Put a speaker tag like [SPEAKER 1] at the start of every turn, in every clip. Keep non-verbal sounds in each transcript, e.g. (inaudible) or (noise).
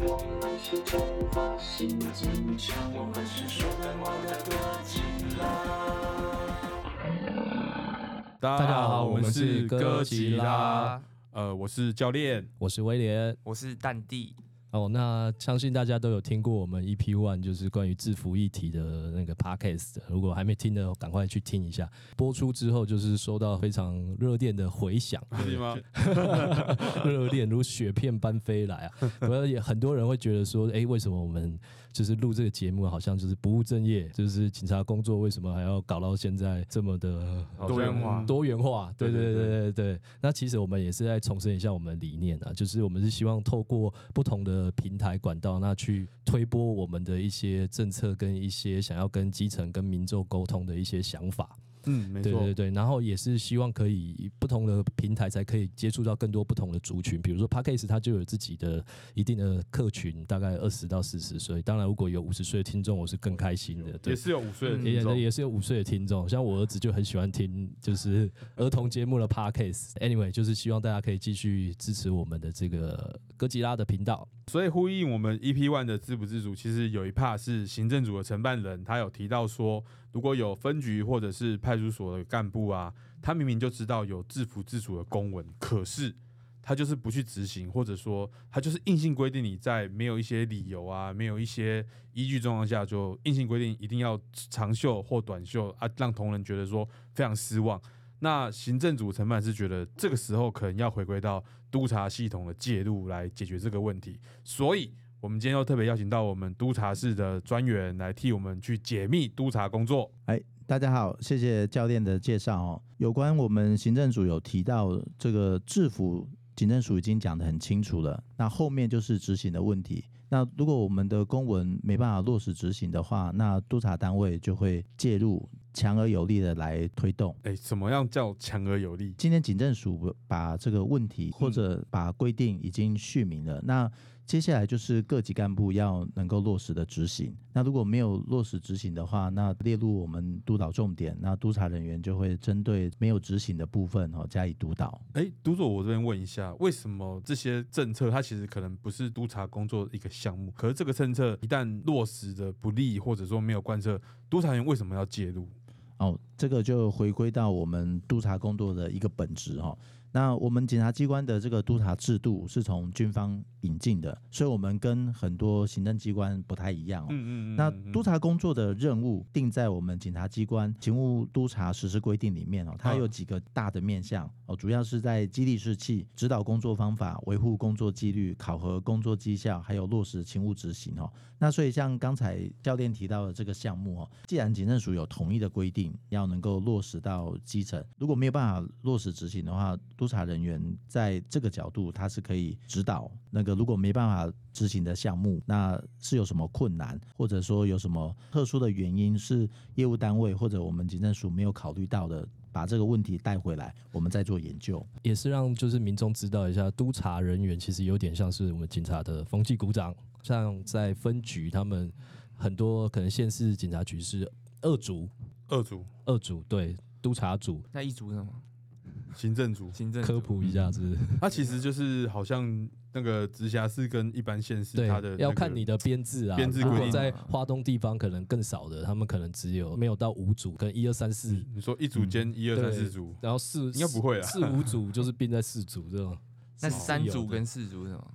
[SPEAKER 1] 我们是中华新京腔，我们是说的我的歌情郎。
[SPEAKER 2] 大
[SPEAKER 3] 大家好我们是哥吉
[SPEAKER 2] 吉
[SPEAKER 3] 拉。
[SPEAKER 2] 呃，我是教
[SPEAKER 3] (laughs)
[SPEAKER 2] 练，
[SPEAKER 3] 我是威廉。
[SPEAKER 4] 我是蛋弟，
[SPEAKER 3] 哦，那相信大家都有听过我们 EP One，就是关于制服议题的那个 Podcast。如果还没听的，赶快去听一下。播出之后，就是收到非常热烈的回响， (laughs)
[SPEAKER 2] 是吗？
[SPEAKER 3] 热烈如雪片般飞来啊！不过也很多人会觉得说，哎，为什么我们就是录这个节目，好像就是不务正业，就是警察工作为什么还要搞到现在这么的
[SPEAKER 2] 多元化
[SPEAKER 3] 多元化，对
[SPEAKER 2] 对
[SPEAKER 3] 对
[SPEAKER 2] 对
[SPEAKER 3] 对对对。那其实我们也是在重申一下我们的理念啊，就是我们是希望透过不同的平台管道，那去推波我们的一些政策跟一些想要跟基层跟民众沟通的一些想法。
[SPEAKER 2] 嗯，没
[SPEAKER 3] 对
[SPEAKER 2] 错
[SPEAKER 3] 对，对，然后也是希望可以不同的平台才可以接触到更多不同的族群，比如说 p a c k a s e 它就有自己的一定的客群，大概二十到四十岁。当然，如果有五十岁的听众，我是更开心的。对
[SPEAKER 2] 也，
[SPEAKER 3] 嗯
[SPEAKER 2] 是有五岁的
[SPEAKER 3] 也
[SPEAKER 2] 听众，
[SPEAKER 3] 也是有五岁的听众，像我儿子就很喜欢听就是儿童节目的 podcast。Anyway，就是希望大家可以继续支持我们的这个哥吉拉的频道。
[SPEAKER 2] 所以呼应我们 EP One 的自不自主，其实有一 part 是行政组的承办人，他有提到说，如果有分局或者是派出所的干部啊，他明明就知道有制服自主的公文，可是他就是不去执行，或者说他就是硬性规定你在没有一些理由啊，没有一些依据状况下，就硬性规定一定要长袖或短袖啊，让同仁觉得说非常失望。那行政组承办是觉得这个时候可能要回归到督察系统的介入来解决这个问题，所以我们今天又特别邀请到我们督察室的专员来替我们去解密督察工作。
[SPEAKER 5] 哎，大家好，谢谢教练的介绍哦。有关我们行政署有提到这个制服，行政署已经讲得很清楚了。那后面就是执行的问题。那如果我们的公文没办法落实执行的话，那督察单位就会介入，强而有力的来推动。
[SPEAKER 2] 哎，怎么样叫强而有力？
[SPEAKER 5] 今天警政署把这个问题或者把规定已经续明了，那接下来就是各级干部要能够落实的执行。那如果没有落实执行的话，那列入我们督导重点，那督察人员就会针对没有执行的部分哦加以督导。
[SPEAKER 2] 哎，督佐，我这边问一下，为什么这些政策它其实可能不是督察工作的一个项目，可是这个政策一旦落实的不利，或者说没有贯彻，督察员为什么要介入？
[SPEAKER 5] 哦，这个就回归到我们督察工作的一个本质哦。那我们检察机关的这个督察制度是从军方引进的，所以我们跟很多行政机关不太一样哦。
[SPEAKER 2] 嗯
[SPEAKER 5] 那督察工作的任务定在我们警察机关《警务督察实施规定》里面哦，
[SPEAKER 2] 啊
[SPEAKER 5] 它有几个大的面向哦，主要是在激励士气、指导工作方法、维护工作纪律、考核工作绩效，还有落实勤务执行哦。那所以像刚才教练提到的这个项目哦，既然警政署有统一的规定，要能够落实到基层，如果没有办法落实执行的话，督察人员在这个角度他是可以指导那个，如果没办法执行的项目，那是有什么困难，或者说有什么特殊的原因是业务单位或者我们警政署没有考虑到的，把这个问题带回来，我们再做研究。
[SPEAKER 3] 也是让就是民众知道一下，督察人员其实有点像是我们警察的风纪股长，像在分局他们很多可能县市警察局是二组，
[SPEAKER 2] 二组、
[SPEAKER 3] 二组对督察组
[SPEAKER 4] 那一组是什么？
[SPEAKER 2] 行政组，
[SPEAKER 4] 行政组
[SPEAKER 3] 科普一下是不是，
[SPEAKER 2] 它其实就是好像那个直辖市跟一般县市，
[SPEAKER 3] (laughs) 对
[SPEAKER 2] 它的、那个
[SPEAKER 3] 要看你的编制啊。
[SPEAKER 2] 编制
[SPEAKER 3] 如
[SPEAKER 2] 规
[SPEAKER 3] 果
[SPEAKER 2] 定
[SPEAKER 3] 在华东地方可能更少的，他们可能只有没有到五组，跟一二三四，
[SPEAKER 2] 你说一组兼一二三四组，
[SPEAKER 3] 然后四
[SPEAKER 2] 应该不会啦啊
[SPEAKER 3] 四五组就是并在四组这种。
[SPEAKER 4] 那三
[SPEAKER 3] 是有
[SPEAKER 4] 组
[SPEAKER 3] 的
[SPEAKER 4] 跟四组是什么？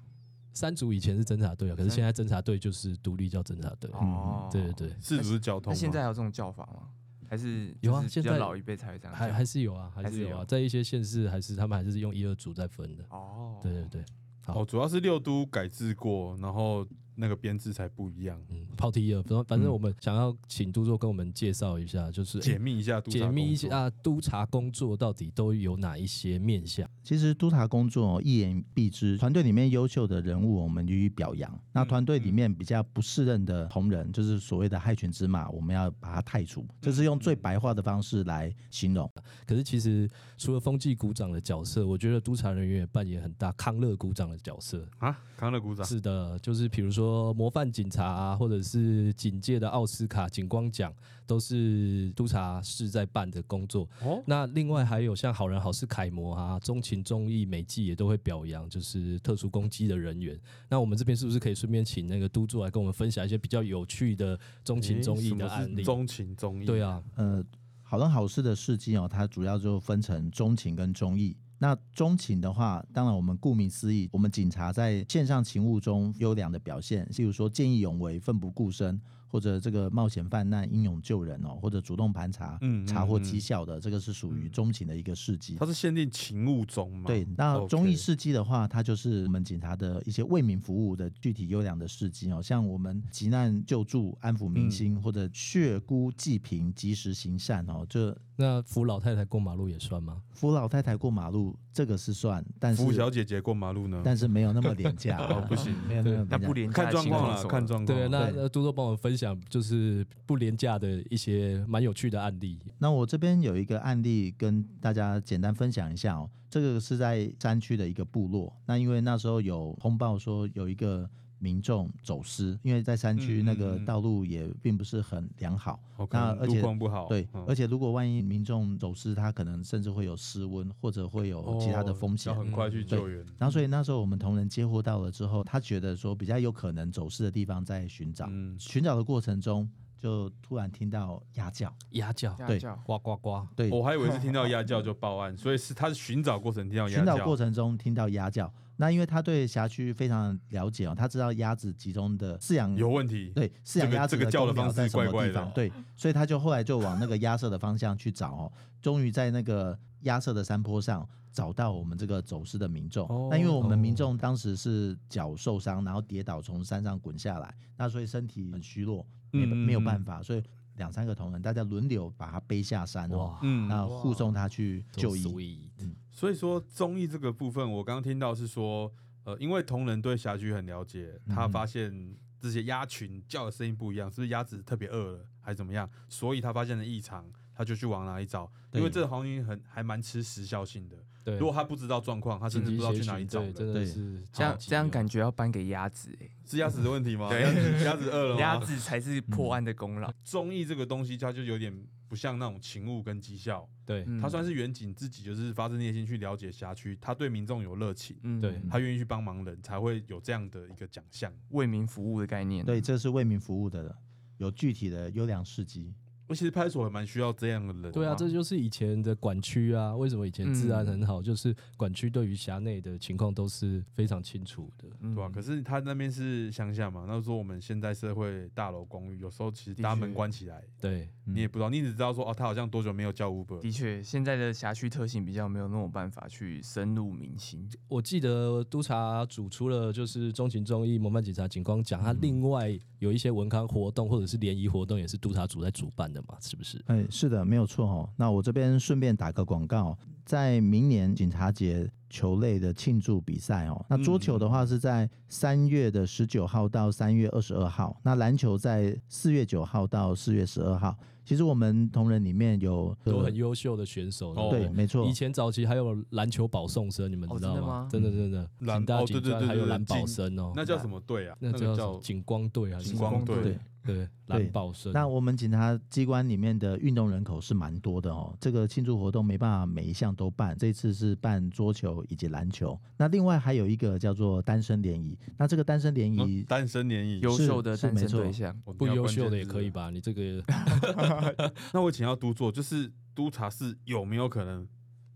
[SPEAKER 3] 三组以前是侦察队啊，可是现在侦察队就是独立叫侦察队。啊
[SPEAKER 4] 哦，
[SPEAKER 3] 对对。对，
[SPEAKER 2] 四组是交通
[SPEAKER 4] 那
[SPEAKER 2] 吗。
[SPEAKER 4] 现在还有这种叫法吗？还是
[SPEAKER 3] 有啊
[SPEAKER 4] 就是
[SPEAKER 3] 现
[SPEAKER 4] 比较
[SPEAKER 3] 在
[SPEAKER 4] 老一辈才会这样
[SPEAKER 3] 还
[SPEAKER 4] 叫。
[SPEAKER 3] 还是有啊，还
[SPEAKER 4] 还
[SPEAKER 3] 是
[SPEAKER 4] 是
[SPEAKER 3] 有啊，
[SPEAKER 4] 有
[SPEAKER 3] 在一些县市还是他们还是用一二组在分的。
[SPEAKER 4] 哦，
[SPEAKER 3] 对对对，
[SPEAKER 2] 哦，主要是六都改制过，然后那个编制才不一样。
[SPEAKER 3] 嗯，抛题了，反正反正我们想要请督座跟我们介绍一下，就是
[SPEAKER 2] 解
[SPEAKER 3] 诶
[SPEAKER 2] 密一下督察
[SPEAKER 3] 解密一
[SPEAKER 2] 工作，
[SPEAKER 3] 下督察工作到底都有哪一些面向。
[SPEAKER 5] 其实督察工作哦一言蔽之，团队里面优秀的人物我们予以表扬，那团队里面比较不适任的同仁，就是所谓的害群之马，我们要把它汰除，这是用最白话的方式来形容。
[SPEAKER 3] 可是其实除了风纪股长的角色，我觉得督察人员也扮演很大康乐股长的角色。
[SPEAKER 2] 啊，康乐股长
[SPEAKER 3] 是的，就是比如说模范警察、啊，或者是警界的奥斯卡、警光奖，都是督察室在办的工作。
[SPEAKER 2] 哦，
[SPEAKER 3] 那另外还有像好人好事楷模啊、钟情钟意每季也都会表扬，就是特殊攻击的人员。那我们这边是不是可以顺便请那个督座来跟我们分享一些比较有趣的钟情钟意的案例？
[SPEAKER 2] 钟情钟意，
[SPEAKER 3] 对，啊，
[SPEAKER 5] 呃，好人好事的事迹哦，它主要就分成中情跟忠义。那中情的话，当然我们顾名思义，我们警察在线上勤务中优良的表现，例如说见义勇为、奋不顾身，或者这个冒险犯难、英勇救人哦，或者主动盘查、
[SPEAKER 2] 嗯嗯
[SPEAKER 5] 查获
[SPEAKER 2] 嗯
[SPEAKER 5] 绩效的，这个是属于中情的一个事迹。
[SPEAKER 2] 它是限定勤务中嘛？
[SPEAKER 5] 对，那
[SPEAKER 2] 哦 OK
[SPEAKER 5] 忠义事迹的话，它就是我们警察的一些为民服务的具体优良的事迹哦，像我们急难救助、安抚民心，
[SPEAKER 2] 嗯
[SPEAKER 5] 或者血孤济贫、及时行善哦，这
[SPEAKER 3] 那呃扶老太太过马路也算吗？
[SPEAKER 5] 扶老太太过马路这个是算，但
[SPEAKER 2] 服务小
[SPEAKER 5] 是
[SPEAKER 2] 姐姐过马路呢？
[SPEAKER 5] 但是没有那么廉价、
[SPEAKER 2] (laughs)
[SPEAKER 5] 哦，
[SPEAKER 2] 不行，
[SPEAKER 5] 没有那么廉价
[SPEAKER 4] 那不廉价
[SPEAKER 2] 看
[SPEAKER 4] 的
[SPEAKER 2] 状
[SPEAKER 4] 情
[SPEAKER 2] 况
[SPEAKER 4] 况
[SPEAKER 2] 了，
[SPEAKER 4] 手
[SPEAKER 2] 看状况。
[SPEAKER 3] 对，那
[SPEAKER 5] 对啊
[SPEAKER 3] 那督座帮我们分享就是不廉价的一些蛮有趣的案例。
[SPEAKER 5] 那我这边有一个案例跟大家简单分享一下哦，这个是在山区的一个部落。那因为那时候有通报说有一个民众走失，因为在山区
[SPEAKER 2] 嗯
[SPEAKER 5] 那个
[SPEAKER 2] 嗯嗯
[SPEAKER 5] 道路也并不是很良好，
[SPEAKER 2] 好
[SPEAKER 5] 那
[SPEAKER 2] 看
[SPEAKER 5] 而且
[SPEAKER 2] 路况不好，
[SPEAKER 5] 对，
[SPEAKER 2] 嗯
[SPEAKER 5] 而且如果万一民众走失，他可能甚至会有失温，或者会有其他的
[SPEAKER 2] 哦
[SPEAKER 5] 风险嗯
[SPEAKER 2] 要。很快去
[SPEAKER 5] 对
[SPEAKER 2] 救援。
[SPEAKER 5] 然后，所以那时候我们同仁接获到了之后，他觉得说比较有可能走失的地方在寻找。
[SPEAKER 2] 嗯，
[SPEAKER 5] 寻找的过程中，就突然听到鸭叫，
[SPEAKER 3] 鸭叫，
[SPEAKER 4] 家
[SPEAKER 5] 对
[SPEAKER 4] 教
[SPEAKER 3] 呱呱呱，
[SPEAKER 5] 对，
[SPEAKER 2] 我还以为是
[SPEAKER 5] (laughs)
[SPEAKER 2] 听到鸭叫就报案，所以是他是寻找过程听到鸭
[SPEAKER 5] 寻
[SPEAKER 2] 叫。
[SPEAKER 5] 找过程中听到鸭叫。那因为他对辖区非常了解哦，他知道鸭子集中的饲养
[SPEAKER 2] 有问题，
[SPEAKER 5] 对，饲养
[SPEAKER 2] 这个
[SPEAKER 5] 鸭子
[SPEAKER 2] 这个叫的
[SPEAKER 5] 公
[SPEAKER 2] 方
[SPEAKER 5] 鸟
[SPEAKER 2] 式
[SPEAKER 5] 在什么
[SPEAKER 2] 怪怪
[SPEAKER 5] 地
[SPEAKER 2] 的
[SPEAKER 5] 方
[SPEAKER 2] 哦
[SPEAKER 5] 对，所以他就后来就往那个鸭舍的方向去找哦，终于在那个鸭舍的山坡上找到我们这个走失的民众。
[SPEAKER 2] 哦
[SPEAKER 5] 那因为我们民众当时是脚受伤，然后跌倒从山上滚下来，那所以身体很虚弱，没办没
[SPEAKER 2] 嗯
[SPEAKER 5] 有
[SPEAKER 2] 嗯嗯
[SPEAKER 5] 办法，所以两三个同仁大家轮流把他背下山哦
[SPEAKER 3] 哇，，
[SPEAKER 2] 嗯，
[SPEAKER 5] 那护送他去就医。
[SPEAKER 3] 医，
[SPEAKER 2] 所以说综艺这个部分，我刚刚听到是说，呃，因为同仁对辖区很了解，他
[SPEAKER 5] 嗯
[SPEAKER 2] 发现这些鸭群叫的声音不一样，是不是鸭子特别饿了，还是怎么样？所以他发现了异常，他就去往哪里找？因为
[SPEAKER 5] 对
[SPEAKER 2] 这个行情很还蛮吃时效性的，
[SPEAKER 3] 对，
[SPEAKER 2] 如果他不知道状况，他甚
[SPEAKER 3] 紧
[SPEAKER 2] 至
[SPEAKER 3] 急
[SPEAKER 2] 不知道
[SPEAKER 3] 协
[SPEAKER 2] 去
[SPEAKER 3] 寻
[SPEAKER 2] 哪里找
[SPEAKER 3] 对真
[SPEAKER 2] 的，
[SPEAKER 3] 的
[SPEAKER 5] 对
[SPEAKER 3] 是
[SPEAKER 4] 这样这样感
[SPEAKER 3] 觉，
[SPEAKER 4] 觉要颁给鸭子哎、
[SPEAKER 2] 是鸭子的问题吗？
[SPEAKER 4] 对
[SPEAKER 2] 鸭子鸭子饿了吗？
[SPEAKER 4] 鸭子才是破案的功劳。
[SPEAKER 2] 综艺这个东西，它就有点不像那种勤务跟绩效，
[SPEAKER 3] 对
[SPEAKER 4] 嗯
[SPEAKER 2] 它算是远景自己就是发自内心去了解辖区，他对民众有热情，
[SPEAKER 4] 嗯
[SPEAKER 3] 对
[SPEAKER 2] 他愿意去帮忙人，才会有这样的一个奖项。
[SPEAKER 4] 为民服务的概念。
[SPEAKER 5] 对，这是为民服务的，有具体的优良事迹。
[SPEAKER 2] 我其实派出所还蛮需要这样的人。
[SPEAKER 3] 对啊，
[SPEAKER 2] 哇
[SPEAKER 3] 这就是以前的管区啊。为什么以前治安很好？就是管区对于辖内的情况都是非常清楚的。
[SPEAKER 4] 嗯，
[SPEAKER 2] 对吧、可是他那边是乡下嘛，那说我们现在社会大楼公寓，有时候其实
[SPEAKER 4] 的
[SPEAKER 2] 大家
[SPEAKER 4] 确
[SPEAKER 2] 门关起来，
[SPEAKER 3] 对，
[SPEAKER 5] 嗯
[SPEAKER 2] 你也不知道，你只知道说哦，他好像多久没有叫 Uber，
[SPEAKER 3] 嗯
[SPEAKER 4] 的确，现在的辖区特性比较没有那种办法去深入民心。
[SPEAKER 3] 我记得督察组除了就是中情中义、模范警察、警光奖，他另外有一些文康活动或者是联谊活动，也是督察组在主办的嘛，是不是？
[SPEAKER 5] 哎，是的，没有错哦。那我这边顺便打个广告，哦在明年警察节球类的庆祝比赛哦，那桌球的
[SPEAKER 3] 嗯
[SPEAKER 5] 话是在三月的十九号到三月二十二号，那篮球在四月九号到四月十二号。其实我们同仁里面有
[SPEAKER 3] 都很优秀的选手。
[SPEAKER 2] 哦
[SPEAKER 5] 对，没错
[SPEAKER 3] 以，前早期还有篮球保送生，你们知道吗？
[SPEAKER 4] 哦
[SPEAKER 3] 真的真的，
[SPEAKER 2] 篮
[SPEAKER 3] 警大
[SPEAKER 2] 哦
[SPEAKER 3] 警
[SPEAKER 2] 对对
[SPEAKER 3] 专
[SPEAKER 2] 对
[SPEAKER 3] 还有
[SPEAKER 2] 对
[SPEAKER 3] 篮
[SPEAKER 2] 警
[SPEAKER 3] 保生哦，
[SPEAKER 2] 那叫什么队啊？
[SPEAKER 3] 那
[SPEAKER 2] 那
[SPEAKER 3] 叫
[SPEAKER 2] 个
[SPEAKER 3] 什么
[SPEAKER 2] 叫
[SPEAKER 3] 警光队还是
[SPEAKER 2] 星
[SPEAKER 4] 警
[SPEAKER 3] 什么
[SPEAKER 2] 光
[SPEAKER 4] 光
[SPEAKER 2] 队
[SPEAKER 4] 队。
[SPEAKER 3] 对
[SPEAKER 5] 对
[SPEAKER 3] 篮保生？
[SPEAKER 5] 那我们警察机关里面的运动人口是蛮多的哦，这个庆祝活动没办法每一项都办，这次是办桌球以及篮球，那另外还有一个叫做单身联谊，那这个单身联谊
[SPEAKER 2] 嗯单身联谊，
[SPEAKER 4] 优
[SPEAKER 5] 是
[SPEAKER 4] 秀的
[SPEAKER 5] 是
[SPEAKER 4] 单
[SPEAKER 5] 没
[SPEAKER 4] 身
[SPEAKER 5] 错
[SPEAKER 2] (laughs)
[SPEAKER 4] 对象，
[SPEAKER 2] 我们
[SPEAKER 3] 不
[SPEAKER 2] 要
[SPEAKER 3] 优
[SPEAKER 2] 关
[SPEAKER 3] 秀
[SPEAKER 2] 键
[SPEAKER 3] 的也
[SPEAKER 2] 字
[SPEAKER 3] 可以
[SPEAKER 2] 了？(laughs)
[SPEAKER 3] 吧？你这个
[SPEAKER 2] 那我请要督做，就是督察室有没有可能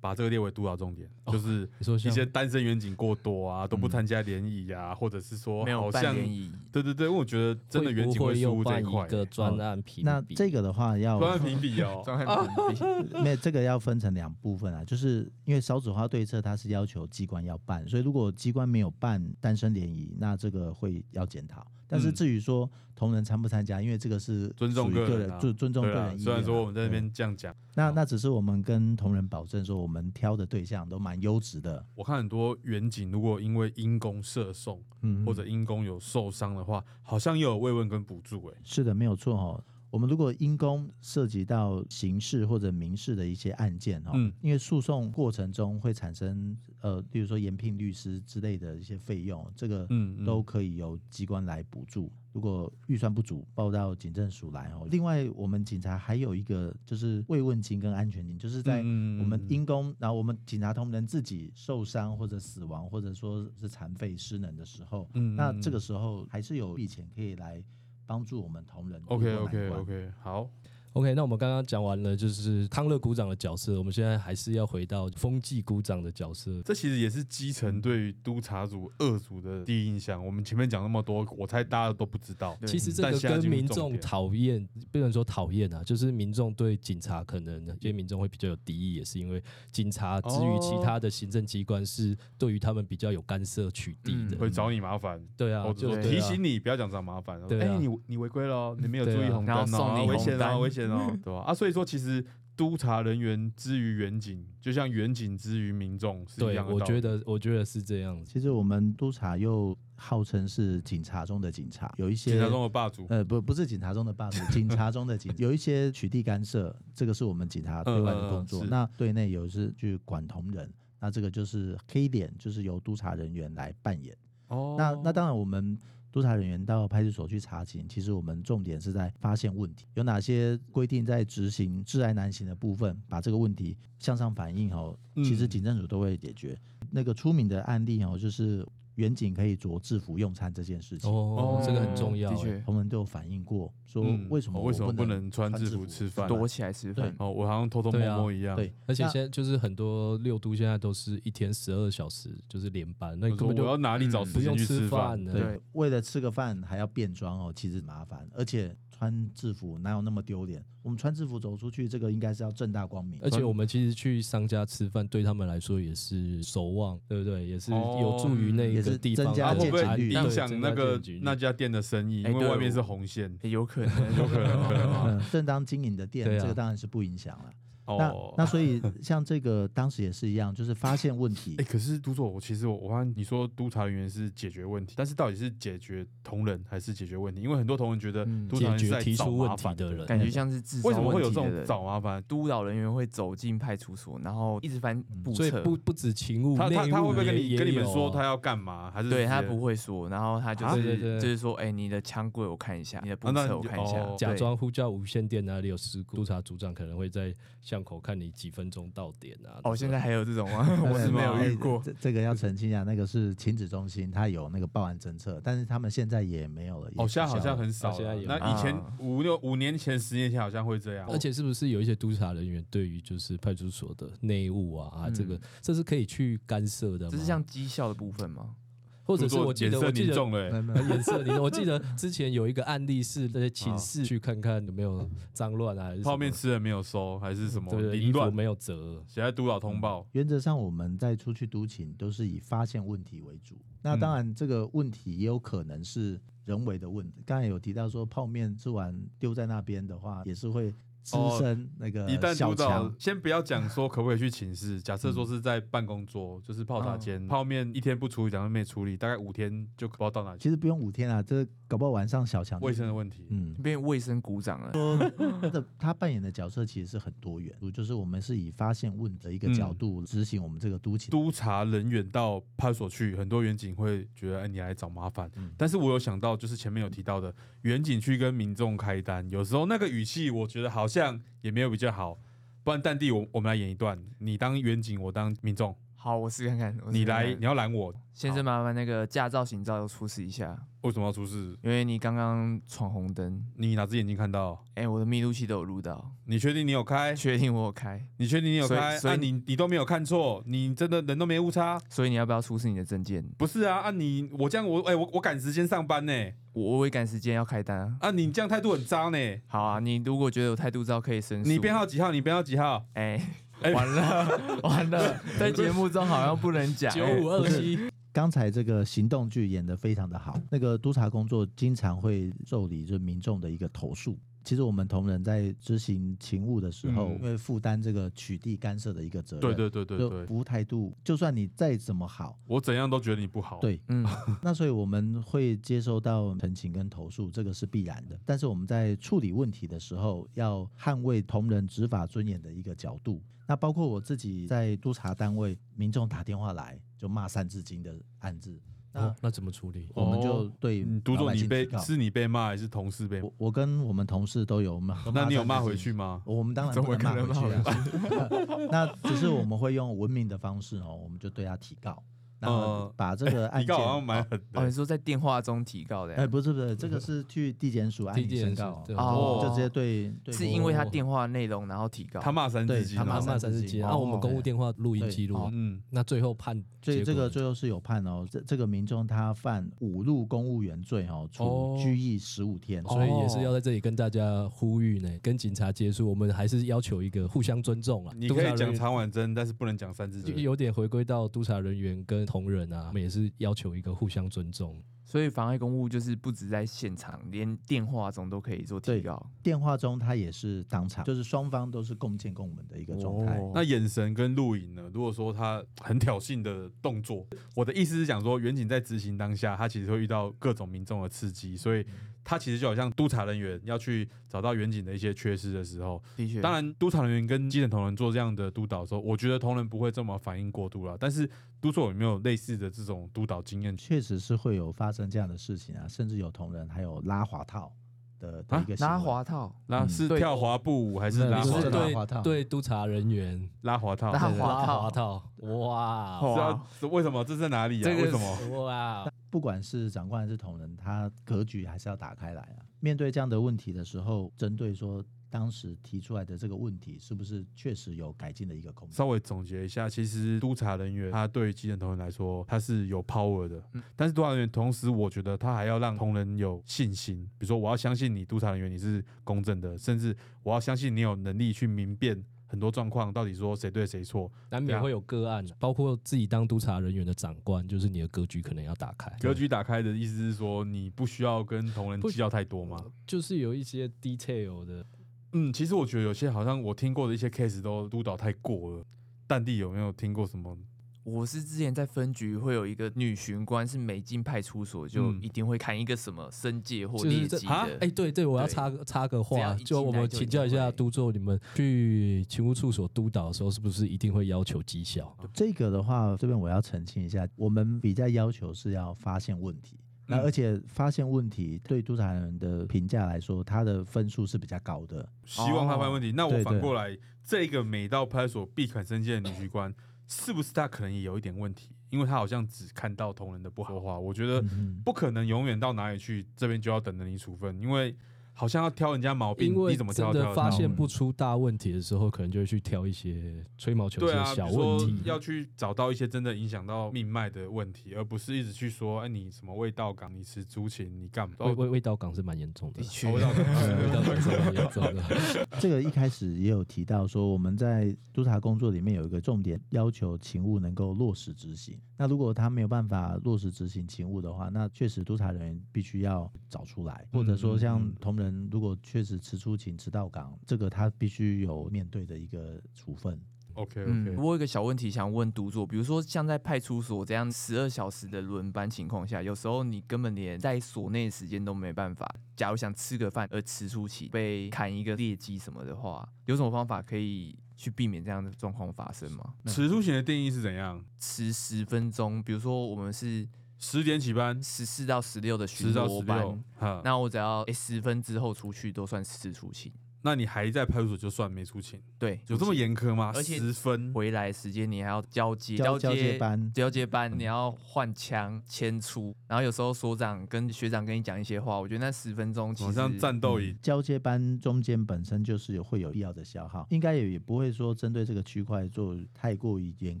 [SPEAKER 2] 把这个列为督导重点？
[SPEAKER 3] 哦
[SPEAKER 2] 就是
[SPEAKER 3] 你说
[SPEAKER 2] 一
[SPEAKER 3] 像
[SPEAKER 2] 些单身远景过多啊，都不
[SPEAKER 5] 嗯
[SPEAKER 2] 参加联谊啊，或者是说
[SPEAKER 4] 没有
[SPEAKER 2] 好
[SPEAKER 4] 办
[SPEAKER 2] 像
[SPEAKER 4] 联谊，
[SPEAKER 2] 对对对，因为我觉得真的
[SPEAKER 3] 会
[SPEAKER 2] 远景
[SPEAKER 3] 不会
[SPEAKER 2] 输
[SPEAKER 3] 又
[SPEAKER 2] 这
[SPEAKER 3] 办
[SPEAKER 2] 一块
[SPEAKER 3] 一个
[SPEAKER 2] 欸。
[SPEAKER 3] 专案评
[SPEAKER 5] 那
[SPEAKER 3] 比
[SPEAKER 5] 这个的话要
[SPEAKER 2] 专案评比
[SPEAKER 4] (laughs)
[SPEAKER 2] 哦，
[SPEAKER 4] 专案评比
[SPEAKER 5] (laughs) 没有这个要分成两部分啊，就是因为少子化对策它是要求机关要办，所以如果机关没有办单身联谊，那这个会要检讨。但是
[SPEAKER 2] 嗯
[SPEAKER 5] 至于说同仁参不参加，因为这个是
[SPEAKER 2] 尊重
[SPEAKER 5] 属于
[SPEAKER 2] 个
[SPEAKER 5] 个
[SPEAKER 2] 人啊
[SPEAKER 5] 尊尊重个
[SPEAKER 2] 对啊
[SPEAKER 5] 人意愿啊。
[SPEAKER 2] 虽然说我们在那
[SPEAKER 5] 对
[SPEAKER 2] 边这样讲，
[SPEAKER 5] 那那只是我们跟同仁保证说，我们挑的对象都蛮优质的，
[SPEAKER 2] 我看很多远景如果因为因公射送
[SPEAKER 5] 嗯，
[SPEAKER 2] 或者因公有受伤的话，好像也有慰问跟补助哎。
[SPEAKER 5] 是的，没有错哦。我们如果因公涉及到刑事或者民事的一些案件哦，
[SPEAKER 2] 嗯
[SPEAKER 5] 因为诉讼过程中会产生呃，例如说延聘律师之类的一些费用，这个
[SPEAKER 2] 嗯嗯
[SPEAKER 5] 都可以由机关来补助。如果预算不足，报到警政署来哦。另外，我们警察还有一个就是慰问金跟安全金，就是在
[SPEAKER 2] 嗯嗯嗯
[SPEAKER 5] 我们
[SPEAKER 2] 嗯
[SPEAKER 5] 因公，然后我们警察同仁自己受伤或者死亡，或者说是残废失能的时候，
[SPEAKER 2] 嗯
[SPEAKER 5] 那
[SPEAKER 2] 嗯嗯
[SPEAKER 5] 这个时候还是有币钱可以来帮助我们同仁渡过
[SPEAKER 2] OK
[SPEAKER 5] 难
[SPEAKER 2] OK
[SPEAKER 5] 关
[SPEAKER 2] OK，好，
[SPEAKER 3] OK，那我们刚刚讲完了，就是康乐鼓掌的角色，我们现在还是要回到风纪鼓掌的角色。
[SPEAKER 2] 这其实也是基层对于督察组二组的第一印象。我们前面讲那么多，我猜大家都不知道。
[SPEAKER 4] 对
[SPEAKER 3] 其实这
[SPEAKER 2] 但
[SPEAKER 3] 个
[SPEAKER 2] 现在
[SPEAKER 3] 跟
[SPEAKER 2] 进入
[SPEAKER 3] 民
[SPEAKER 2] 重
[SPEAKER 3] 众
[SPEAKER 2] 点
[SPEAKER 3] 讨厌，不能说讨厌啊，就是民众对警察可能有些民众会比较有敌意，也是因为警察之于其
[SPEAKER 2] 哦
[SPEAKER 3] 他的行政机关是对于他们比较有干涉取缔的。
[SPEAKER 4] 嗯
[SPEAKER 2] 会找你麻烦，
[SPEAKER 3] 对啊，
[SPEAKER 2] 或者
[SPEAKER 3] 就
[SPEAKER 2] 说
[SPEAKER 3] 对
[SPEAKER 2] 提
[SPEAKER 3] 啊
[SPEAKER 2] 醒你不要讲找麻烦。然后
[SPEAKER 3] 对啊
[SPEAKER 2] 哎，你你违规了哦，你没有注
[SPEAKER 3] 对
[SPEAKER 2] 意
[SPEAKER 3] 啊
[SPEAKER 2] 红灯
[SPEAKER 4] 然后
[SPEAKER 2] 哦，
[SPEAKER 4] 送你
[SPEAKER 2] 啊危
[SPEAKER 4] 红
[SPEAKER 2] 险哦，
[SPEAKER 4] 单
[SPEAKER 2] 危险哦，
[SPEAKER 4] (laughs)
[SPEAKER 2] 对吧？啊，所以说其实督察人员之于远警，就像远警之于民众是一
[SPEAKER 3] 对，
[SPEAKER 2] 样的
[SPEAKER 3] 我
[SPEAKER 2] 道
[SPEAKER 3] 觉
[SPEAKER 2] 理
[SPEAKER 3] 得我觉得是这样子。
[SPEAKER 5] 其实我们督察又号称是警察中的警察，有一些
[SPEAKER 2] 警察中的霸主。
[SPEAKER 5] 呃，不，不是警察中的霸主，警察中的警，有一些取缔干涉，这个是我们警察对外的工
[SPEAKER 2] 嗯
[SPEAKER 5] 作。
[SPEAKER 2] 嗯嗯是
[SPEAKER 5] 那对内有是去管同仁，那这个就是黑脸，就是由督察人员来扮演。
[SPEAKER 2] 哦
[SPEAKER 5] 那那当然，我们督察人员到派出所去查勤，其实我们重点是在发现问题，有哪些规定在执行治安难行的部分，把这个问题向上反映哦。其实
[SPEAKER 2] 嗯
[SPEAKER 5] 警政署都会解决。那个出名的案例哦，就是远警可以着制服用餐这件事情。
[SPEAKER 3] 哦
[SPEAKER 2] 哦，
[SPEAKER 3] 这个很重要
[SPEAKER 4] 的
[SPEAKER 3] 欸。
[SPEAKER 4] 确
[SPEAKER 5] 同仁都有反映过，说
[SPEAKER 2] 嗯
[SPEAKER 5] 为什么
[SPEAKER 2] 哦
[SPEAKER 5] 我
[SPEAKER 2] 为什么不
[SPEAKER 5] 不
[SPEAKER 2] 能穿
[SPEAKER 5] 穿
[SPEAKER 2] 制
[SPEAKER 5] 制
[SPEAKER 2] 服
[SPEAKER 5] 服
[SPEAKER 2] 吃饭？啊
[SPEAKER 4] 躲起来吃
[SPEAKER 5] 对
[SPEAKER 4] 饭，
[SPEAKER 2] 哦，我好像偷偷摸
[SPEAKER 3] 对啊
[SPEAKER 2] 摸一样。
[SPEAKER 5] 对，
[SPEAKER 3] 而且
[SPEAKER 5] 那
[SPEAKER 3] 现在就是很多六都现在都是一天十二小时，就是连班，那
[SPEAKER 2] 我
[SPEAKER 3] 你根
[SPEAKER 2] 说
[SPEAKER 3] 本
[SPEAKER 2] 我
[SPEAKER 3] 就
[SPEAKER 2] 要哪里找
[SPEAKER 4] 嗯
[SPEAKER 2] 时
[SPEAKER 3] 不
[SPEAKER 2] 间
[SPEAKER 3] 用
[SPEAKER 2] 去吃
[SPEAKER 3] 吃饭
[SPEAKER 2] 饭？啊
[SPEAKER 3] 了。
[SPEAKER 5] 对
[SPEAKER 4] 对
[SPEAKER 5] 为了吃个饭还要变装哦，其实麻烦，而且穿制服哪有那么丢脸？我们穿制服走出去，这个应该是要正大光明。
[SPEAKER 3] 而且我们其实去商家吃饭，对他们来说也是守望，对不对？也是
[SPEAKER 2] 哦
[SPEAKER 3] 有助于那
[SPEAKER 5] 也
[SPEAKER 3] 个
[SPEAKER 5] 是
[SPEAKER 3] 地方
[SPEAKER 5] 增加
[SPEAKER 2] 啊，
[SPEAKER 3] 的
[SPEAKER 2] 会不会
[SPEAKER 5] 见
[SPEAKER 3] 安
[SPEAKER 5] 率
[SPEAKER 3] 对
[SPEAKER 2] 影响
[SPEAKER 3] 增
[SPEAKER 2] 那
[SPEAKER 3] 加
[SPEAKER 2] 个
[SPEAKER 3] 见局率
[SPEAKER 2] 那家店的生意？
[SPEAKER 4] 哎
[SPEAKER 2] 因为
[SPEAKER 4] 对
[SPEAKER 2] 外面
[SPEAKER 4] 我
[SPEAKER 2] 是红线。
[SPEAKER 4] 诶欸有可能，有可 (laughs) 能哦
[SPEAKER 5] 嗯，正当经营的店，
[SPEAKER 3] 对啊
[SPEAKER 5] 这个当然是不影响了。
[SPEAKER 2] 哦，
[SPEAKER 5] 那那所以像这个当时也是一样，就是发现问题
[SPEAKER 2] 哎、，可是督座，我其实我我发现你说督察人员是解决问题，但是到底是解决同仁还是解决问题？因为很多同仁觉得
[SPEAKER 4] 嗯
[SPEAKER 2] 督察
[SPEAKER 3] 解
[SPEAKER 2] 人是
[SPEAKER 3] 决
[SPEAKER 2] 在
[SPEAKER 3] 提
[SPEAKER 2] 找
[SPEAKER 3] 出
[SPEAKER 2] 麻
[SPEAKER 3] 问题
[SPEAKER 2] 烦
[SPEAKER 3] 的人，
[SPEAKER 4] 感觉像是制造
[SPEAKER 2] 为什么会
[SPEAKER 4] 问
[SPEAKER 2] 有这
[SPEAKER 4] 题的
[SPEAKER 2] 种
[SPEAKER 4] 人
[SPEAKER 2] 找麻烦？
[SPEAKER 4] 督导人员会走进派出所，然后一直翻簿
[SPEAKER 3] 嗯所以
[SPEAKER 4] 册，
[SPEAKER 3] 不不止勤务，
[SPEAKER 2] 他他
[SPEAKER 3] 内
[SPEAKER 2] 他
[SPEAKER 3] 务
[SPEAKER 2] 会不会跟
[SPEAKER 3] 也
[SPEAKER 2] 你跟你们说？
[SPEAKER 3] 也有
[SPEAKER 2] 他
[SPEAKER 3] 啊
[SPEAKER 2] 要干嘛？还是
[SPEAKER 4] 对
[SPEAKER 2] 直
[SPEAKER 4] 他
[SPEAKER 2] 接
[SPEAKER 4] 不会说，然后他就
[SPEAKER 2] 啊
[SPEAKER 4] 是
[SPEAKER 3] 对对对
[SPEAKER 4] 就是说，哎、你的枪柜我看一下，你的簿
[SPEAKER 2] 啊那你
[SPEAKER 4] 册我
[SPEAKER 2] 就
[SPEAKER 4] 看一下，
[SPEAKER 2] 哦
[SPEAKER 3] 假
[SPEAKER 4] 对
[SPEAKER 3] 装呼叫无线电啊哪里有事故，督察组长可能会在巷口看你几分钟到点啊。
[SPEAKER 4] 哦，现在还有这种吗？
[SPEAKER 5] 对
[SPEAKER 4] 我是没有哎遇过。
[SPEAKER 5] 呃哎这这个要澄清一下，那个是亲子中心，它有那个报案侦测，但是他们现在也没有了。也
[SPEAKER 2] 哦，现在好
[SPEAKER 5] 取消
[SPEAKER 2] 像
[SPEAKER 5] 了
[SPEAKER 2] 很少
[SPEAKER 3] 现在
[SPEAKER 2] 了。
[SPEAKER 3] 有
[SPEAKER 2] 那以前
[SPEAKER 4] 啊
[SPEAKER 2] 五六五年前、十年前好像会这样，
[SPEAKER 3] 而且是不是有一些督察人员对于就是派出所的内务啊，啊这个
[SPEAKER 4] 嗯
[SPEAKER 3] 这是可以去干涉的吗？
[SPEAKER 4] 这是像绩效的部分吗？
[SPEAKER 3] 或者
[SPEAKER 2] 督
[SPEAKER 3] 是
[SPEAKER 2] 座
[SPEAKER 3] 我记
[SPEAKER 2] 眼
[SPEAKER 3] 得
[SPEAKER 2] 色
[SPEAKER 3] 我记
[SPEAKER 2] 凝
[SPEAKER 3] 得
[SPEAKER 2] 重了、欸。
[SPEAKER 5] 没
[SPEAKER 3] 呃
[SPEAKER 5] 有没有
[SPEAKER 3] 颜色，你 (laughs) 我记得之前有一个案例是那些寝室去看看有没有脏乱啊，还是
[SPEAKER 2] 泡啊面
[SPEAKER 3] 面
[SPEAKER 2] 吃了没有收，还是什么
[SPEAKER 3] 对对，
[SPEAKER 2] 凌
[SPEAKER 3] 衣服
[SPEAKER 2] 乱？
[SPEAKER 3] 没有折，
[SPEAKER 2] 写在督导通报。
[SPEAKER 5] 原则上，我们在出去督勤都是以发现问题为主。那当然，这个问题也有可能是人为的问题。刚才有提到说，泡面吃完丢在那边的话，也是会滋
[SPEAKER 2] 哦
[SPEAKER 5] 生那
[SPEAKER 2] 一
[SPEAKER 5] 个
[SPEAKER 2] 旦督
[SPEAKER 5] 呃小
[SPEAKER 2] 导
[SPEAKER 5] 强。，嗯
[SPEAKER 2] 先不要讲说可不可以去寝室，假设说是在办公桌，就是泡茶间，泡面一天不处理，两天没处理，大概五天就不知道到哪去。
[SPEAKER 5] 其实不用五天啊，这搞不好晚上小强
[SPEAKER 2] 卫生的问题，
[SPEAKER 5] 嗯，
[SPEAKER 4] 变卫生鼓掌了，
[SPEAKER 5] 他的他扮演的角色其实是很多元，就是我们是以发现问的一个角
[SPEAKER 2] 嗯
[SPEAKER 5] 度执行我们这个督勤。
[SPEAKER 2] 督察人员到派出所去，很多远警会觉得哎你来找麻烦。
[SPEAKER 5] 嗯
[SPEAKER 2] 但是我有想到，就是前面有提到的，远警去跟民众开单，有时候那个语气，我觉得好像也没有比较好。不然，蛋弟，我我们来演一段，你当远警，我当民众，
[SPEAKER 4] 好，我试看看。我试
[SPEAKER 2] 你
[SPEAKER 4] 看
[SPEAKER 2] 来，
[SPEAKER 4] 看
[SPEAKER 2] 你要拦我，
[SPEAKER 4] 先生，麻烦那个驾照、行照出示一下，
[SPEAKER 2] 为什么要出事？
[SPEAKER 4] 因为你刚刚闯红灯。
[SPEAKER 2] 你哪只眼睛看到？
[SPEAKER 4] 哎、我的密录器都有录到，
[SPEAKER 2] 你确定你有开？
[SPEAKER 4] 确定我有开，
[SPEAKER 2] 你确定你有
[SPEAKER 4] 所以
[SPEAKER 2] 开？
[SPEAKER 4] 所以
[SPEAKER 2] 啊、你你都没有看错，你真的人都没误差？
[SPEAKER 4] 所以你要不要出示你的证件？
[SPEAKER 2] 不是啊，啊你我这样我哎、我我赶时间上班呢，
[SPEAKER 4] 我我也赶时间要开单啊。
[SPEAKER 2] 啊你这样态度很渣呢。
[SPEAKER 4] 好啊，你如果觉得我态度糟，可以申诉。
[SPEAKER 2] 你编号几号？你编号几号？
[SPEAKER 4] 哎、
[SPEAKER 2] 哎
[SPEAKER 4] (laughs) 完了
[SPEAKER 2] (laughs)
[SPEAKER 4] 完了，在节目中好像不能
[SPEAKER 2] 哎
[SPEAKER 4] 讲、哎
[SPEAKER 3] 九五二七，
[SPEAKER 5] 刚才这个行动剧演得非常的好，那个督察工作经常会受理就是民众的一个投诉。其实我们同仁在执行勤务的时候，
[SPEAKER 2] 嗯
[SPEAKER 5] 因为负担这个取缔干涉的一个责任，
[SPEAKER 2] 对对对对
[SPEAKER 5] 就
[SPEAKER 2] 对，
[SPEAKER 5] 服务态度，就算你再怎么好，
[SPEAKER 2] 我怎样都觉得你不好。
[SPEAKER 5] 对，
[SPEAKER 4] 嗯，
[SPEAKER 5] 那所以我们会接收到陈情跟投诉，这个是必然的。但是我们在处理问题的时候，要捍卫同仁执法尊严的一个角度。那包括我自己在督察单位，民众打电话来就骂《三字经》的案子，那
[SPEAKER 3] 哦，那怎么处理？
[SPEAKER 5] 我们就
[SPEAKER 2] 哦
[SPEAKER 5] 对
[SPEAKER 2] 嗯，读
[SPEAKER 5] 老
[SPEAKER 2] 总
[SPEAKER 5] 百
[SPEAKER 2] 你
[SPEAKER 5] 姓
[SPEAKER 2] 被
[SPEAKER 5] 提告
[SPEAKER 2] 是你被骂还是同事被骂？
[SPEAKER 5] 我我跟我们同事都有骂，
[SPEAKER 2] 哦那你有
[SPEAKER 5] 三字
[SPEAKER 2] 骂回
[SPEAKER 5] 经
[SPEAKER 2] 去吗？
[SPEAKER 5] 我们当然
[SPEAKER 4] 怎
[SPEAKER 5] 不
[SPEAKER 4] 么
[SPEAKER 5] 能
[SPEAKER 4] 可能
[SPEAKER 5] 骂回去啊， (laughs) 那只是我们会用文明的方式哦，我们就对他提告，然后
[SPEAKER 2] 嗯
[SPEAKER 5] 把这个案
[SPEAKER 2] (laughs) 提
[SPEAKER 5] 件
[SPEAKER 2] 告好像蛮狠
[SPEAKER 4] 哦，
[SPEAKER 2] 的
[SPEAKER 4] 你。说在电话中提告的
[SPEAKER 5] 哎，
[SPEAKER 4] 呀，
[SPEAKER 5] 不是不是，这个是去地检署按
[SPEAKER 3] 地
[SPEAKER 5] 理
[SPEAKER 3] 检
[SPEAKER 5] 申
[SPEAKER 3] 署
[SPEAKER 5] 告
[SPEAKER 3] 对
[SPEAKER 4] 哦
[SPEAKER 5] 哦，就直接对对
[SPEAKER 4] 是因为他电话内容然后提告，
[SPEAKER 2] 哎他骂三字
[SPEAKER 5] 对
[SPEAKER 2] 经
[SPEAKER 5] 他
[SPEAKER 2] 啊，
[SPEAKER 5] 骂
[SPEAKER 3] 马
[SPEAKER 5] 三
[SPEAKER 3] 上
[SPEAKER 5] 字
[SPEAKER 3] 三十
[SPEAKER 5] 经
[SPEAKER 3] 几，
[SPEAKER 4] 哦
[SPEAKER 3] 啊，我们公务电话录音记录啊，
[SPEAKER 2] 嗯，
[SPEAKER 3] 那最后判
[SPEAKER 5] 所以
[SPEAKER 3] 结
[SPEAKER 5] 这
[SPEAKER 3] 果
[SPEAKER 5] 个
[SPEAKER 3] 呢
[SPEAKER 5] 最后是有判哦，这这个民众他犯侮辱公务员罪哦，处
[SPEAKER 3] 哦
[SPEAKER 5] 拘役十五天。
[SPEAKER 3] 所以也是
[SPEAKER 5] 哦
[SPEAKER 3] 要在这里跟大家呼吁呢，跟警察接触，我们还是要求一个互相尊重啊。
[SPEAKER 2] 你
[SPEAKER 3] 督
[SPEAKER 2] 可
[SPEAKER 3] 察
[SPEAKER 2] 以
[SPEAKER 3] 人
[SPEAKER 2] 讲
[SPEAKER 3] 员
[SPEAKER 2] 长婉珍，但是不能讲三字
[SPEAKER 3] 就
[SPEAKER 2] 经。
[SPEAKER 3] 有点回归到督察人员跟同仁啊，我们也是要求一个互相尊重。
[SPEAKER 4] 所以妨碍公务就是不止在现场，连电话中都可以做提
[SPEAKER 5] 对
[SPEAKER 4] 告。
[SPEAKER 5] 电话中他也是当场，就是双方都是共建共谋的一个状态。
[SPEAKER 4] 哦
[SPEAKER 3] 哦
[SPEAKER 2] 那眼神跟录影呢？如果说他很挑衅的动作，我的意思是讲说，远景在执行当下，他其实会遇到各种民众的刺激，所以他其实就好像督察人员要去找到远景的一些缺失的时候，
[SPEAKER 4] 的确，
[SPEAKER 2] 当然督察人员跟基层同仁做这样的督导的时候，我觉得同仁不会这么反应过度了。但是督促有没有类似的这种督导经验？
[SPEAKER 5] 确实是会有发生这样的事情啊，甚至有同仁还有拉滑套的的
[SPEAKER 2] 啊
[SPEAKER 5] 一个行为
[SPEAKER 4] 拉滑套，
[SPEAKER 2] 那
[SPEAKER 5] 嗯
[SPEAKER 2] 是
[SPEAKER 4] 对
[SPEAKER 2] 跳滑步舞还
[SPEAKER 5] 没
[SPEAKER 2] 是
[SPEAKER 5] 有
[SPEAKER 2] 拉
[SPEAKER 5] 你
[SPEAKER 2] 滑
[SPEAKER 5] 是
[SPEAKER 2] 套？
[SPEAKER 5] 拉滑套
[SPEAKER 3] 对对督察人员
[SPEAKER 2] 拉滑套，
[SPEAKER 4] 拉滑
[SPEAKER 3] 拉
[SPEAKER 4] 套
[SPEAKER 3] 滑套，哇
[SPEAKER 4] 哦
[SPEAKER 2] 是啊，这为什么？这是在哪里啊？
[SPEAKER 4] 这个
[SPEAKER 2] 为什么？
[SPEAKER 3] (laughs) 哇，
[SPEAKER 5] 不管是长官还是同仁，他格局还是要打开来啊。面对这样的问题的时候，针对说当时提出来的这个问题，是不是确实有改进的一个空间？
[SPEAKER 2] 稍微总结一下，其实督察人员他对于基层同仁来说，他是有 power 的，
[SPEAKER 4] 嗯
[SPEAKER 2] 但是督察人员同时，我觉得他还要让同仁有信心，比如说我要相信你，督察人员你是公正的，甚至我要相信你有能力去明辨很多状况，到底说谁对谁错，
[SPEAKER 3] 难
[SPEAKER 2] 对
[SPEAKER 3] 免
[SPEAKER 2] 啊
[SPEAKER 3] 会有个案，包括自己当督察人员的长官，就是你的格局可能要打开。
[SPEAKER 2] 格局打开的意思是说，你不需要跟同仁计较太多吗？
[SPEAKER 3] 就是有一些 detail 的，
[SPEAKER 2] 嗯，其实我觉得有些好像我听过的一些 case 都督导太过了。蛋弟有没有听过什么？
[SPEAKER 4] 我是之前在分局会有一个女巡官，是每进派出所就
[SPEAKER 2] 嗯
[SPEAKER 4] 一定会看一个什么申诫或
[SPEAKER 3] 就是
[SPEAKER 4] 劣
[SPEAKER 3] 这
[SPEAKER 4] 迹
[SPEAKER 2] 啊
[SPEAKER 4] 的。
[SPEAKER 3] 哎，对对，我要
[SPEAKER 4] 对
[SPEAKER 3] 插个插个
[SPEAKER 4] 只要
[SPEAKER 3] 话
[SPEAKER 4] 一，进
[SPEAKER 3] 就我
[SPEAKER 4] 来
[SPEAKER 3] 们
[SPEAKER 4] 就
[SPEAKER 3] 请
[SPEAKER 4] 一
[SPEAKER 3] 教
[SPEAKER 4] 定
[SPEAKER 3] 一下
[SPEAKER 4] 会
[SPEAKER 3] 督座，你们去勤务处所督导的时候，是不是一定会要求绩效？
[SPEAKER 5] 这个的话，这边我要澄清一下，我们比较要求是要发现问题。那
[SPEAKER 2] 嗯
[SPEAKER 5] 而且发现问题对督察人的评价来说，他的分数是比较高的。
[SPEAKER 2] 希望他发现
[SPEAKER 3] 哦
[SPEAKER 2] 问题。那我
[SPEAKER 5] 对
[SPEAKER 2] 反
[SPEAKER 5] 对
[SPEAKER 2] 过来，这个每到派出所必肯申诫的女局官， (laughs) 是不是她可能也有一点问题？因为她好像只看到同仁的不好话，我觉得
[SPEAKER 5] 嗯
[SPEAKER 2] 不可能永远到哪里去，这边就要等着你处分，因为好像要挑人家毛病
[SPEAKER 3] 因，为
[SPEAKER 2] 你怎么挑
[SPEAKER 3] 真
[SPEAKER 2] 都挑
[SPEAKER 3] 的
[SPEAKER 2] 得到
[SPEAKER 3] 发现不出大问题的时候，可能就会去挑一些吹毛求疵
[SPEAKER 2] 对
[SPEAKER 3] 的
[SPEAKER 2] 啊，比
[SPEAKER 3] 小
[SPEAKER 2] 如
[SPEAKER 3] 问
[SPEAKER 2] 说
[SPEAKER 3] 题。
[SPEAKER 2] 要去找到一些真的影响到命脉的问题，而不是一直去说，哎，你什么味道港，你吃猪禽，你干嘛？
[SPEAKER 3] 味
[SPEAKER 2] 哦
[SPEAKER 3] 味味道港是蛮严重的
[SPEAKER 4] 的
[SPEAKER 3] 啦，
[SPEAKER 4] 确，
[SPEAKER 2] 味道港
[SPEAKER 3] 嗯味道港是
[SPEAKER 2] (laughs)
[SPEAKER 3] 蛮严重的。
[SPEAKER 5] 这个一开始也有提到说，我们在督察工作里面有一个重点要求，勤务能够落实执行。那如果他没有办法落实执行勤务的话，那确实督察人员必须要找出来，或者说像同仁如果确实迟出勤、迟到岗，这个他必须有面对的一个处分。
[SPEAKER 2] OK
[SPEAKER 4] 嗯，
[SPEAKER 2] OK，
[SPEAKER 4] 我有一个小问题想问督座，比如说像在派出所这样十二小时的轮班情况下，有时候你根本连在所内的时间都没办法。假如想吃个饭而迟出勤，被砍一个劣迹什么的话，有什么方法可以去避免这样的状况发生吗？
[SPEAKER 2] 迟出勤的定义是怎样？
[SPEAKER 4] 迟十分钟，比如说我们是
[SPEAKER 2] 十点起班，
[SPEAKER 4] 十四到十六的巡
[SPEAKER 2] 十到
[SPEAKER 4] 逻
[SPEAKER 2] 十
[SPEAKER 4] 班
[SPEAKER 2] 六，，哈，
[SPEAKER 4] 那我只要十、10分之后出去都算迟出勤。
[SPEAKER 2] 那你还在派出所就算没出勤，
[SPEAKER 4] 对，
[SPEAKER 2] 有这么严苛吗？
[SPEAKER 4] 而且
[SPEAKER 2] 十分，
[SPEAKER 4] 回来时间你还要交接
[SPEAKER 5] 交
[SPEAKER 4] 接
[SPEAKER 5] 交接班
[SPEAKER 4] 交接班你要换枪迁出，然后有时候所长跟学长跟你讲一些话，我觉得那十分钟其
[SPEAKER 2] 好
[SPEAKER 4] 实嗯
[SPEAKER 2] 像战斗营。
[SPEAKER 5] 嗯交接班中间本身就是有会有必要的消耗，应该也也不会说针对这个区块做太过于严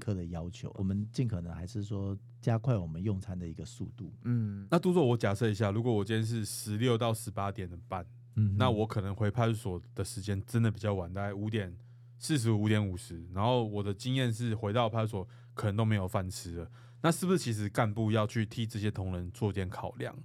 [SPEAKER 5] 苛的要求。我们尽可能还是说加快我们用餐的一个速度。
[SPEAKER 4] 嗯，
[SPEAKER 2] 那督座，我假设一下，如果我今天是十六到十八点的班，
[SPEAKER 5] 嗯
[SPEAKER 2] 那我可能回派出所的时间真的比较晚，大概五点四十五、五点五十。然后我的经验是，回到派出所可能都没有饭吃了。那是不是其实干部要去替这些同仁做点考量？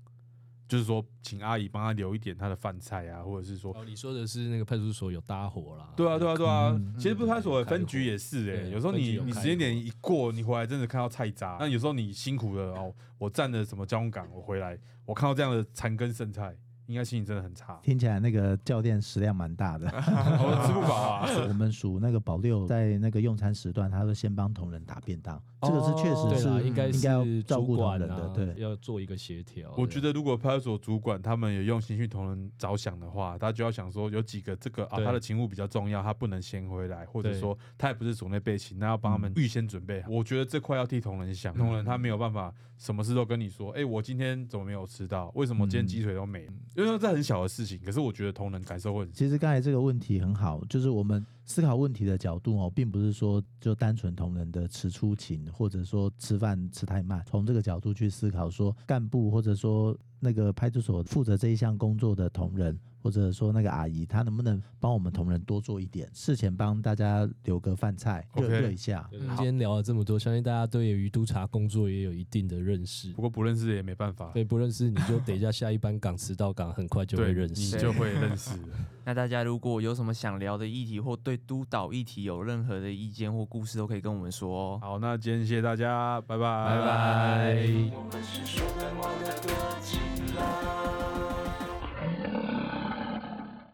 [SPEAKER 2] 就是说请阿姨帮他留一点他的饭菜啊，或者是说。
[SPEAKER 3] (laughs) 哦，你说的是那个派出所有搭伙啦？
[SPEAKER 2] 对啊，对啊，对啊！
[SPEAKER 5] 嗯。
[SPEAKER 2] 其实不派出所
[SPEAKER 3] 有开
[SPEAKER 2] 分局
[SPEAKER 3] 火
[SPEAKER 2] 也是哎、
[SPEAKER 3] 对
[SPEAKER 2] 有时候
[SPEAKER 3] 分局
[SPEAKER 2] 你
[SPEAKER 3] 有
[SPEAKER 2] 你
[SPEAKER 3] 开
[SPEAKER 2] 时间点
[SPEAKER 3] 火
[SPEAKER 2] 一过，你回来真的看到菜渣。那有时候你辛苦了哦，我站了什么交通岗，我回来我看到这样的残羹剩菜，应该心情真的很差
[SPEAKER 3] (laughs)
[SPEAKER 5] 听起来那个教练食量蛮大的。
[SPEAKER 2] 我吃不饱啊，
[SPEAKER 5] 我们数那个保六在那个用餐时段，他会先帮同仁打便当，这个是确
[SPEAKER 3] 哦对
[SPEAKER 5] 实
[SPEAKER 3] 啦，
[SPEAKER 5] 是
[SPEAKER 3] 应该
[SPEAKER 5] 应该要
[SPEAKER 3] 是
[SPEAKER 5] 照
[SPEAKER 3] 主
[SPEAKER 5] 顾同
[SPEAKER 3] 管
[SPEAKER 5] 仁
[SPEAKER 3] 啊
[SPEAKER 5] 的，，对。
[SPEAKER 3] 要做一个协调。
[SPEAKER 2] 我
[SPEAKER 3] 对
[SPEAKER 2] 觉得，如果派出所主管他们也用心去同仁着想的话，他就要想说，有几个这个啊，
[SPEAKER 3] 对
[SPEAKER 2] 他的勤务比较重要，他不能先回来，或者
[SPEAKER 3] 对
[SPEAKER 2] 说他也不是组内备勤，那要帮他们预先准备好。嗯我觉得这块要替同仁想，同仁他没有办法什么事都跟你说，哎、我今天怎么没有吃到？为什么今天
[SPEAKER 5] 嗯
[SPEAKER 2] 鸡腿都没？因为这很小的事情，可是我觉得同仁感受会很深。
[SPEAKER 5] 其实刚才这个问题很好，就是我们思考问题的角度哦，并不是说就单纯同仁的迟出勤，或者说吃饭吃太慢，从这个角度去思考说干部或者说那个派出所负责这一项工作的同仁。或者说那个阿姨，她能不能帮我们同仁多做一点？事前帮大家留个饭菜，热
[SPEAKER 2] OK
[SPEAKER 5] 热一下。
[SPEAKER 3] 对嗯今天聊了这么多，相信大家对于督察工作也有一定的认识
[SPEAKER 2] 不。过不认识的也没办法，
[SPEAKER 3] 对，不认识你就等一下下一班岗迟到岗，很快就会
[SPEAKER 2] 对，
[SPEAKER 3] 认
[SPEAKER 2] 你
[SPEAKER 3] 识。
[SPEAKER 2] 就会认识。
[SPEAKER 4] 那大家如果有什么想聊的议题，或对督导议题有任何的意见或故事，都可以跟我们说哦。
[SPEAKER 2] 好，那今天谢谢大家，拜拜，
[SPEAKER 4] 拜拜。
[SPEAKER 1] 我们是说的，我的歌起来。